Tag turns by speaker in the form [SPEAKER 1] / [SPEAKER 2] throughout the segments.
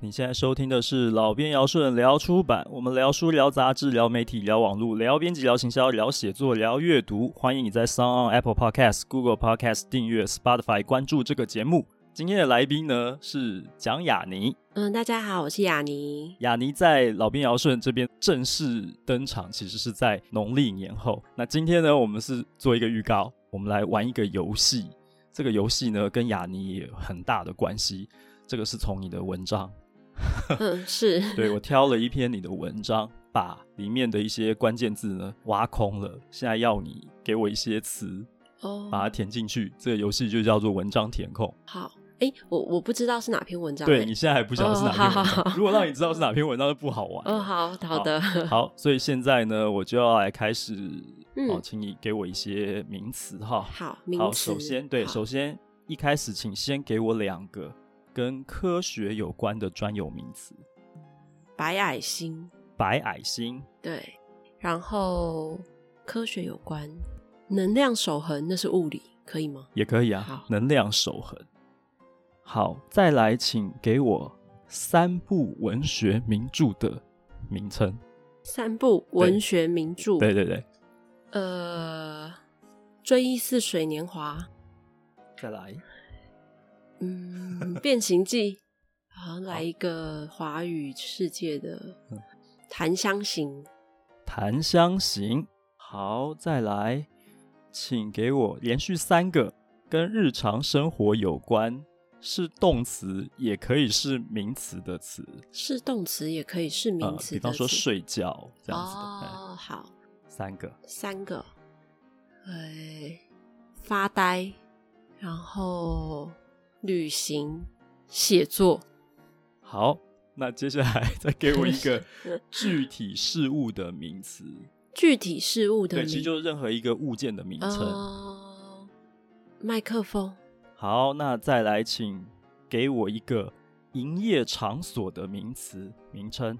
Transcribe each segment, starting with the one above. [SPEAKER 1] 你现在收听的是老编尧舜聊出版，我们聊书、聊杂志、聊媒体、聊网络、聊编辑、聊行销、聊写作、聊阅读。欢迎你在 s o n on Apple Podcast、Google Podcast 订阅、Spotify 关注这个节目。今天的来宾呢是蒋雅妮，
[SPEAKER 2] 嗯，大家好，我是 雅尼。
[SPEAKER 1] 雅尼在老兵尧舜这边正式登场，其实是在农历年后。那今天呢，我们是做一个预告，我们来玩一个游戏。这个游戏呢，跟雅尼也有很大的关系。这个是从你的文章，
[SPEAKER 2] 嗯，是，
[SPEAKER 1] 对我挑了一篇你的文章，把里面的一些关键字呢挖空了。现在要你给我一些词，
[SPEAKER 2] 哦，
[SPEAKER 1] 把它填进去。这个游戏就叫做文章填空。
[SPEAKER 2] 好，哎、我我不知道是哪篇文章、
[SPEAKER 1] 对
[SPEAKER 2] 诶
[SPEAKER 1] 你现在还不晓得是哪篇
[SPEAKER 2] 哦好
[SPEAKER 1] 文章，
[SPEAKER 2] 好好
[SPEAKER 1] 如果让你知道是哪篇文章，就不好玩了。
[SPEAKER 2] 哦，好好的，
[SPEAKER 1] 好，所以现在呢，我就要来开始，
[SPEAKER 2] 嗯
[SPEAKER 1] 哦，请你给我一些名词哈。
[SPEAKER 2] 好，名
[SPEAKER 1] 好，
[SPEAKER 2] 词，
[SPEAKER 1] 首先对，
[SPEAKER 2] 好
[SPEAKER 1] 首先一开始，请先给我两个跟科学有关的专有名词：
[SPEAKER 2] 白矮星，
[SPEAKER 1] 白矮星、
[SPEAKER 2] 对，然后科学有关，能量守恒，那是物理，可以吗？
[SPEAKER 1] 也可以啊
[SPEAKER 2] 好，
[SPEAKER 1] 能量守恒。好，再来，请给我三部文学名著的名称。
[SPEAKER 2] 三部文学名著，
[SPEAKER 1] 对对对，
[SPEAKER 2] 呃，《追忆似水年华》，
[SPEAKER 1] 再来，
[SPEAKER 2] 嗯，《变形记》，好像来一个华语世界的
[SPEAKER 1] 嗯
[SPEAKER 2] 《檀香刑》，
[SPEAKER 1] 《檀香刑》。好，再来，请给我连续三个跟日常生活有关，是动词也可以是名词的词，
[SPEAKER 2] 是动词也可以是名词、
[SPEAKER 1] 呃，比方说，睡觉这样子的。哎
[SPEAKER 2] 哦，好，
[SPEAKER 1] 三个
[SPEAKER 2] 三个，哎，发呆，然后旅行、写作，
[SPEAKER 1] 好，那接下来 再给我一 个具体事物的名词，
[SPEAKER 2] 具体事物的
[SPEAKER 1] 对，
[SPEAKER 2] 名，
[SPEAKER 1] 其实就是任何一个物件的名称。
[SPEAKER 2] 哦麦克风，
[SPEAKER 1] 好，那再来，请给我一个营业场所的名词名称。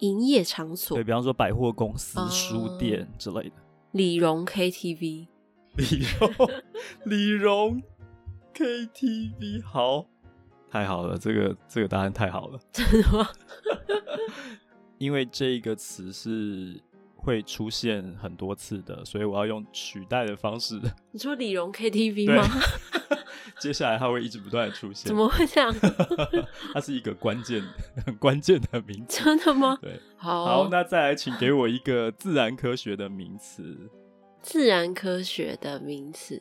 [SPEAKER 2] 营业场所
[SPEAKER 1] 对，比方说百货公司、
[SPEAKER 2] 哦
[SPEAKER 1] 书店之类的。
[SPEAKER 2] 李荣 KTV，
[SPEAKER 1] 李荣，李荣，KTV 好，太好了，这个这个答案太好了，
[SPEAKER 2] 真的吗？
[SPEAKER 1] 因为这一个词是会出现很多次的，所以我要用取代的方式。
[SPEAKER 2] 你说李荣 KTV
[SPEAKER 1] 对
[SPEAKER 2] 吗？，
[SPEAKER 1] 接下来它会一直不断的出现。
[SPEAKER 2] 怎么？会这样？
[SPEAKER 1] 它是一个关键、很关键的名 词。
[SPEAKER 2] 真的吗？
[SPEAKER 1] 对，
[SPEAKER 2] 好，
[SPEAKER 1] 好，那再来，请给我一个自然科学的名词。
[SPEAKER 2] 自然科学的名词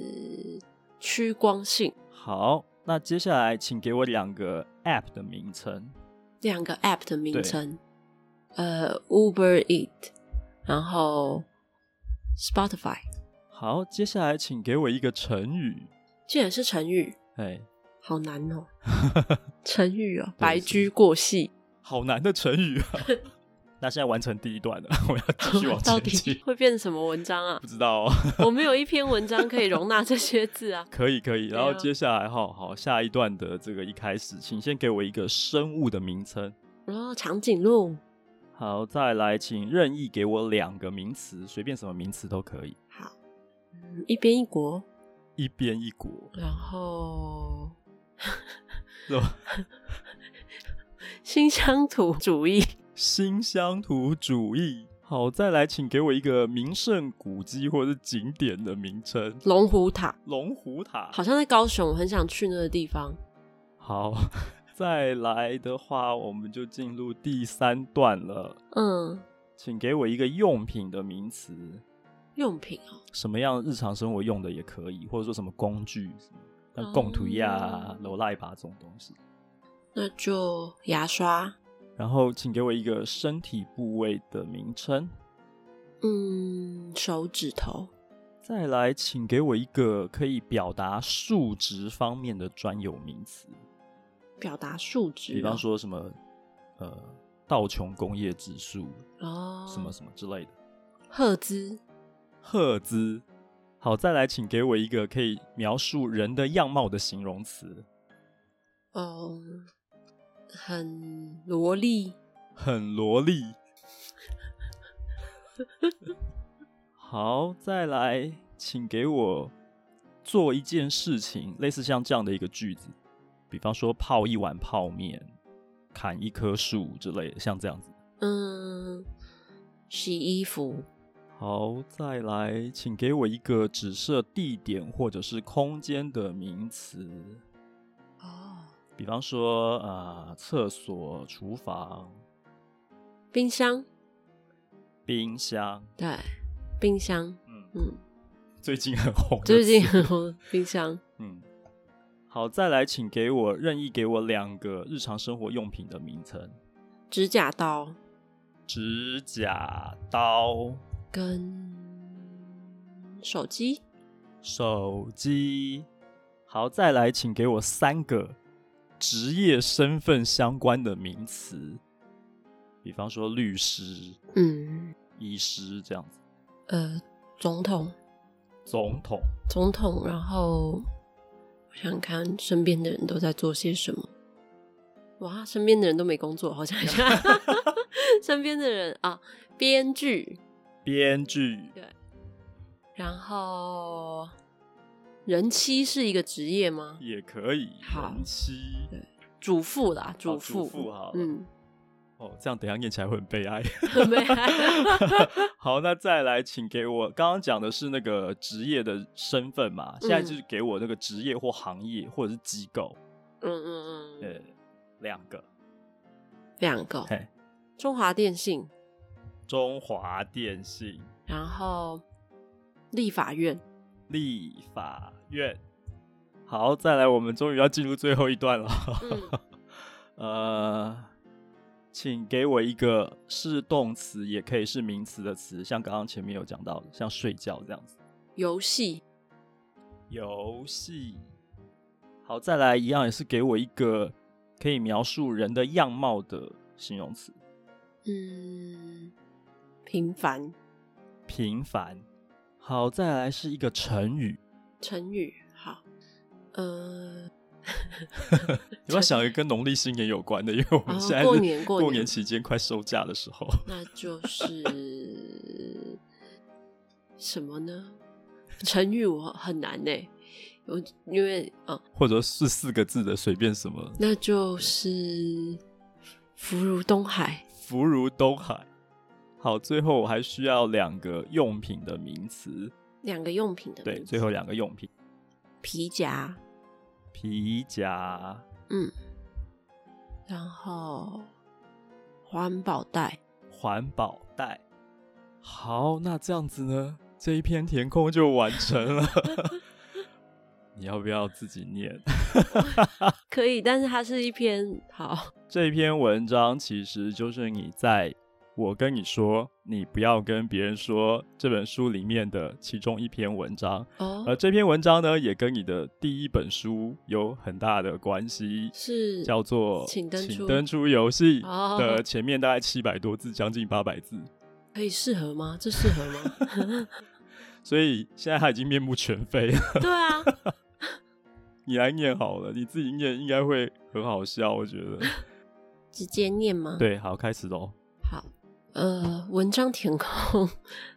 [SPEAKER 2] 趋光性，
[SPEAKER 1] 好，那接下来请给我两个 App 的名称。
[SPEAKER 2] 两个 App 的名称，呃，Uber Eat，然后 Spotify，
[SPEAKER 1] 好，接下来请给我一个成语。
[SPEAKER 2] 竟然是成语，
[SPEAKER 1] 哎，
[SPEAKER 2] 好难哦、成语哦、白驹过隙，
[SPEAKER 1] 好难的成语 啊！那现在完成第一段了， 我要继续往
[SPEAKER 2] 到
[SPEAKER 1] 前
[SPEAKER 2] 底
[SPEAKER 1] 进。
[SPEAKER 2] 会变成什么文章啊
[SPEAKER 1] 不？知道、哦，
[SPEAKER 2] 我没有一篇文章可以容纳这些字啊。
[SPEAKER 1] 可以可以。
[SPEAKER 2] 对
[SPEAKER 1] 然
[SPEAKER 2] 啊
[SPEAKER 1] 后接下来哈，好，下一段的这个一开始，请先给我一个生物的名称。
[SPEAKER 2] 然后长颈鹿，
[SPEAKER 1] 好，再来，请任意给我两个名词，随便什么名词都可以。
[SPEAKER 2] 好，嗯一边一国，
[SPEAKER 1] 一边一国，
[SPEAKER 2] 然后
[SPEAKER 1] 是吧？
[SPEAKER 2] 新乡土主义，
[SPEAKER 1] 新乡土主义。好，再来，请给我一个名胜古迹或者是景点的名称。
[SPEAKER 2] 龙虎塔。
[SPEAKER 1] 龙虎塔。
[SPEAKER 2] 好像在高雄，我很想去那个地方。
[SPEAKER 1] 好， 再来的话，我们就进入第三段了。
[SPEAKER 2] 嗯，
[SPEAKER 1] 请给我一个用品的名词，
[SPEAKER 2] 用品哦、
[SPEAKER 1] 什么样日常生活用的也可以，或者说什么工具，像供土呀
[SPEAKER 2] 哦、
[SPEAKER 1] 楼赖吧这种东西。
[SPEAKER 2] 那就牙刷。
[SPEAKER 1] 然后，请给我一个身体部位的名称。
[SPEAKER 2] 嗯，手指头。
[SPEAKER 1] 再来，请给我一个可以表达数值方面的专有名词，
[SPEAKER 2] 表达数值哦、
[SPEAKER 1] 比方说什么呃道琼工业指数
[SPEAKER 2] 哦，
[SPEAKER 1] 什么什么之类的。
[SPEAKER 2] 赫兹、
[SPEAKER 1] 赫兹。好，再来，请给我一个可以描述人的样貌的形容词，
[SPEAKER 2] 哦，很萝莉，
[SPEAKER 1] 很萝莉。 好，再来，请给我做一件事情，类似像这样的一个句子，比方说泡一碗泡面，砍一棵树之类的，像这样子。
[SPEAKER 2] 嗯，洗衣服，
[SPEAKER 1] 好，再来，请给我一个只设地点或者是空间的名词，
[SPEAKER 2] 哦，
[SPEAKER 1] 比方说呃，厕所、厨房、
[SPEAKER 2] 冰箱，
[SPEAKER 1] 冰箱。
[SPEAKER 2] 对，冰箱，
[SPEAKER 1] 嗯，
[SPEAKER 2] 嗯，
[SPEAKER 1] 最近很红的词，
[SPEAKER 2] 最 近很红，冰箱，
[SPEAKER 1] 嗯，好，再来，请给我任意给我两个日常生活用品的名称：
[SPEAKER 2] 指甲刀
[SPEAKER 1] 指甲刀、
[SPEAKER 2] 跟手机，
[SPEAKER 1] 手机。好，再来，请给我三个职业身份相关的名词，比方说律师、
[SPEAKER 2] 嗯，
[SPEAKER 1] 医师这样子。
[SPEAKER 2] 呃，总统，
[SPEAKER 1] 总统，
[SPEAKER 2] 总统，然后我想看身边的人都在做些什么。哇，身边的人都没工作，好想一 下，身边的人啊，编剧，
[SPEAKER 1] 编剧，
[SPEAKER 2] 然后人妻是一个职业吗？
[SPEAKER 1] 也可以，
[SPEAKER 2] 好
[SPEAKER 1] 人妻。
[SPEAKER 2] 对主妇啦，
[SPEAKER 1] 好
[SPEAKER 2] 妇，
[SPEAKER 1] 哦主妇好了
[SPEAKER 2] 嗯，
[SPEAKER 1] 哦，这样等一下念起来会很悲哀。
[SPEAKER 2] 没
[SPEAKER 1] 好，那再来，请给我刚刚讲的是那个职业的身份嘛，现在就是给我那个职业或行业或者是机构，
[SPEAKER 2] 嗯嗯嗯，
[SPEAKER 1] 呃，两个。
[SPEAKER 2] 两个
[SPEAKER 1] 嘿，
[SPEAKER 2] 中华电信，
[SPEAKER 1] 中华电信、
[SPEAKER 2] 然后立法院，
[SPEAKER 1] 立法院。好，再来，我们终于要进入最后一段了。
[SPEAKER 2] 嗯
[SPEAKER 1] 呃，请给我一个是动词也可以是名词的词，像刚刚前面有讲到的，像睡觉这样子。
[SPEAKER 2] 游戏，
[SPEAKER 1] 游戏。好，再来一样，也是给我一个可以描述人的样貌的形容词。
[SPEAKER 2] 嗯，平凡，
[SPEAKER 1] 平凡。好，再来是一个成语。
[SPEAKER 2] 成语，好，呃，
[SPEAKER 1] 你要想一个跟农历新年有关的，因为我们
[SPEAKER 2] 哦
[SPEAKER 1] 现在是
[SPEAKER 2] 过年过
[SPEAKER 1] 过
[SPEAKER 2] 年
[SPEAKER 1] 年期间快收假的时候，
[SPEAKER 2] 那就是什么呢？成语我很难呢、我因为嗯，
[SPEAKER 1] 或者是四个字的随便什么，
[SPEAKER 2] 那就是福如东海，
[SPEAKER 1] 福如东海。好，最后我还需要两个用品的名词，
[SPEAKER 2] 两个用品的名
[SPEAKER 1] 对，
[SPEAKER 2] 字
[SPEAKER 1] 最后两个用品，
[SPEAKER 2] 皮夹，
[SPEAKER 1] 皮夹、
[SPEAKER 2] 嗯，然后环保袋，
[SPEAKER 1] 环保袋。好，那这样子呢，这一篇填空就完成了。 你要不要自己念？
[SPEAKER 2] 可以，但是它是一篇好，
[SPEAKER 1] 这篇文章其实就是你在我跟你说，你不要跟别人说这本书里面的其中一篇文章。
[SPEAKER 2] 哦，
[SPEAKER 1] 而这篇文章呢，也跟你的第一本书有很大的关系，
[SPEAKER 2] 是
[SPEAKER 1] 叫做《
[SPEAKER 2] 请登出
[SPEAKER 1] 出游戏》
[SPEAKER 2] 哦
[SPEAKER 1] 的前面大概七百多字，将近八百字。
[SPEAKER 2] 可以适合吗？这适 合吗？
[SPEAKER 1] 所以现在他已经面目全非 了。
[SPEAKER 2] 对啊，
[SPEAKER 1] 你来念好了，你自己念应该会很好笑，我觉 得。
[SPEAKER 2] 直接念吗？
[SPEAKER 1] 对，好，开始喽。
[SPEAKER 2] 好，呃，文章填空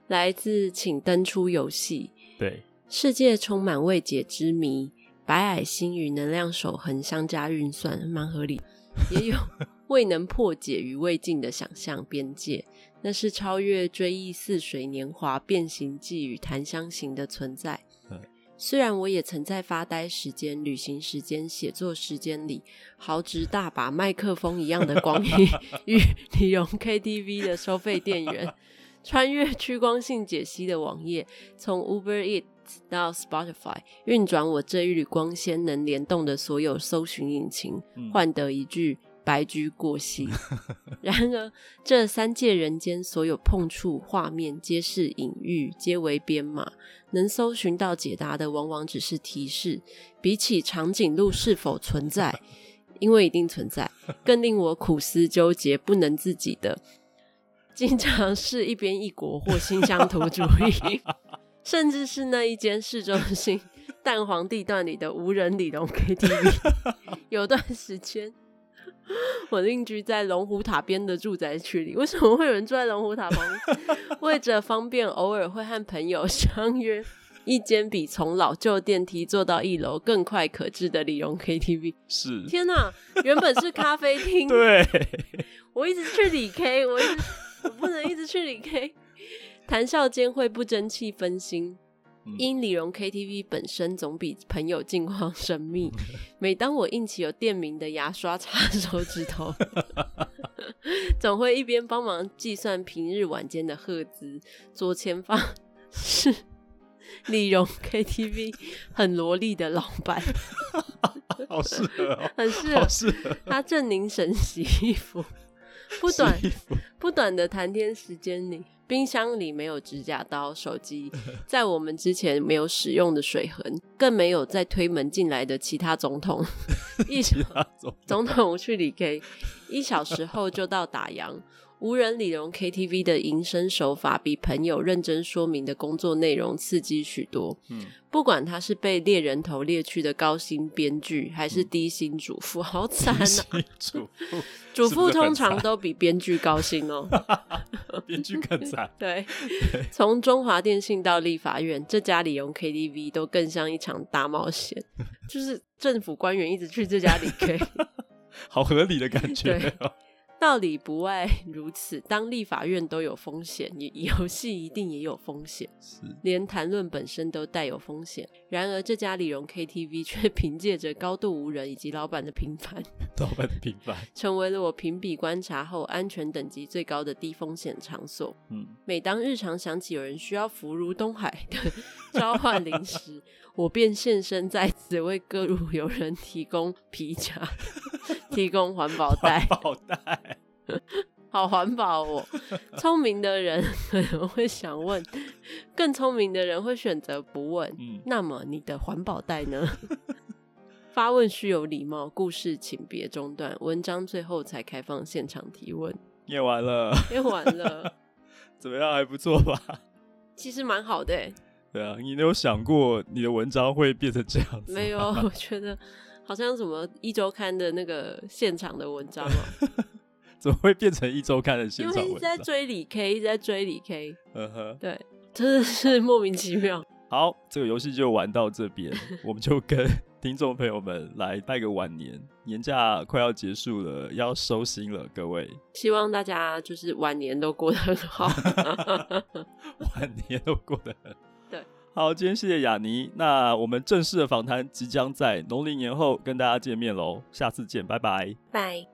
[SPEAKER 2] 来自《请登出游戏》。
[SPEAKER 1] 对，
[SPEAKER 2] 世界充满未解之谜，白矮星与能量守恒相加运算，蛮合理。也有未能破解与未尽的想象边界，那是超越追忆似水年华、变形记与檀香刑的存在
[SPEAKER 1] 嗯。
[SPEAKER 2] 虽然我也曾在发呆时间、旅行时间、写作时间里，豪掷大把麦克风一样的光阴与李荣 KTV 的收费店员，穿越趋光性解析的网页，从 Uber Eats 到 Spotify，运转我这一缕光纤能联动的所有搜寻引擎，
[SPEAKER 1] 嗯
[SPEAKER 2] 换得一句“白驹过隙” 。然而，这三界人间所有碰触画面，皆是隐喻，皆为编码。能搜寻到解答的，往往只是提示。比起长颈鹿是否存在，因为一定存在，更令我苦思纠结，不能自己的。经常是一边一国或新乡土主义， 甚至是那一间市中心蛋黄地段里的无人里龙 KTV。有 段时间，我定居在龙虎塔边的住宅区里。为什 么会有人住在龙虎塔旁？为着方便，偶尔会和朋友相约一间比从老旧电梯坐到一楼更快可至的理容 KTV。
[SPEAKER 1] 是，
[SPEAKER 2] 天哪、原本是咖啡厅，
[SPEAKER 1] 对，
[SPEAKER 2] 我一直去理 K，我一直我不能一直去理 K。谈笑间会不争气分心，
[SPEAKER 1] 嗯
[SPEAKER 2] 因理容 KTV 本身总比朋友近况 神秘。每当我印起有店名的牙刷擦手指 头，总会一边帮忙计算平日晚间的赫兹，左前方是 理容 KTV 很萝莉的老板，
[SPEAKER 1] 好适合哦，
[SPEAKER 2] 很适合
[SPEAKER 1] 好适合。哦
[SPEAKER 2] 他正凝神洗衣 服，不短
[SPEAKER 1] 洗衣服
[SPEAKER 2] 不短的谈天时间里，冰箱里没有指甲刀、手 机，在我们之前没有使用的水痕，更没有再推门进来的其他 总统。一小
[SPEAKER 1] 其他种
[SPEAKER 2] 总统去理 K，一小时后就到打烊。无人理容 KTV 的营生手法比朋友认真说明的工作内容刺激许多。
[SPEAKER 1] 嗯，
[SPEAKER 2] 不管他是被猎人头猎去的高薪编剧，还
[SPEAKER 1] 嗯
[SPEAKER 2] 是低薪主妇，好惨
[SPEAKER 1] 明
[SPEAKER 2] 啊！
[SPEAKER 1] 星主
[SPEAKER 2] 主
[SPEAKER 1] 是
[SPEAKER 2] 妇
[SPEAKER 1] 不是很
[SPEAKER 2] 通常
[SPEAKER 1] 惨
[SPEAKER 2] 都比编剧高 薪哦。
[SPEAKER 1] 妇编剧更惨，
[SPEAKER 2] 对，从中华电信到立法院，这家里用 KTV 都更像一场大 冒险，就是政府官员一直去这家里 K，
[SPEAKER 1] 好合理的感觉
[SPEAKER 2] 对
[SPEAKER 1] 哦。
[SPEAKER 2] 道理不外如此。当立法院都有风险，也游戏一定也有风险，
[SPEAKER 1] 是
[SPEAKER 2] 连谈论本身都带有风险。然而，这家理容 KTV 却凭借着高度无人以及老板的平凡，
[SPEAKER 1] 老板的平凡，
[SPEAKER 2] 成为了我评比观察后安全等级最高的低风险场所。
[SPEAKER 1] 嗯，
[SPEAKER 2] 每当日常想起有人需要福如东海的 召唤灵时，我便现身在此为各路友人提供皮夹， 提供环保袋，
[SPEAKER 1] 保带
[SPEAKER 2] 好环保哦。聪明的人可能会想问，更聪明的人会选择不问。
[SPEAKER 1] 嗯，
[SPEAKER 2] 那么你的环保袋呢？ 发问需有礼貌，故事请别中断。文章最后才开放现场提问。
[SPEAKER 1] 念完了，
[SPEAKER 2] 哎，完了，
[SPEAKER 1] 怎么样？还不错吧？
[SPEAKER 2] 其实蛮好的、欸。
[SPEAKER 1] 对啊，你有想过你的文章会变成这样子？
[SPEAKER 2] 没有，，我觉得好像什么一周刊的那个现场的文章哦、
[SPEAKER 1] 怎么会变成一周刊的
[SPEAKER 2] 因
[SPEAKER 1] 现场
[SPEAKER 2] 为一直
[SPEAKER 1] 文
[SPEAKER 2] 在
[SPEAKER 1] 章？
[SPEAKER 2] 追李 K，一直在追李 K，
[SPEAKER 1] 嗯哼，
[SPEAKER 2] 对，真的是莫名其妙。
[SPEAKER 1] 好，这个游戏就玩到这边，我们就跟 听众朋友们来拜个晚年，年假快要结束了，要收心了，各位，
[SPEAKER 2] 希望大家就是晚年都过得 很好。
[SPEAKER 1] 晚年都过得很。
[SPEAKER 2] 对，
[SPEAKER 1] 好，今天谢谢雅尼，那我们正式的访谈即将在农历年后跟大家见面喽，下次见，拜拜。
[SPEAKER 2] 拜。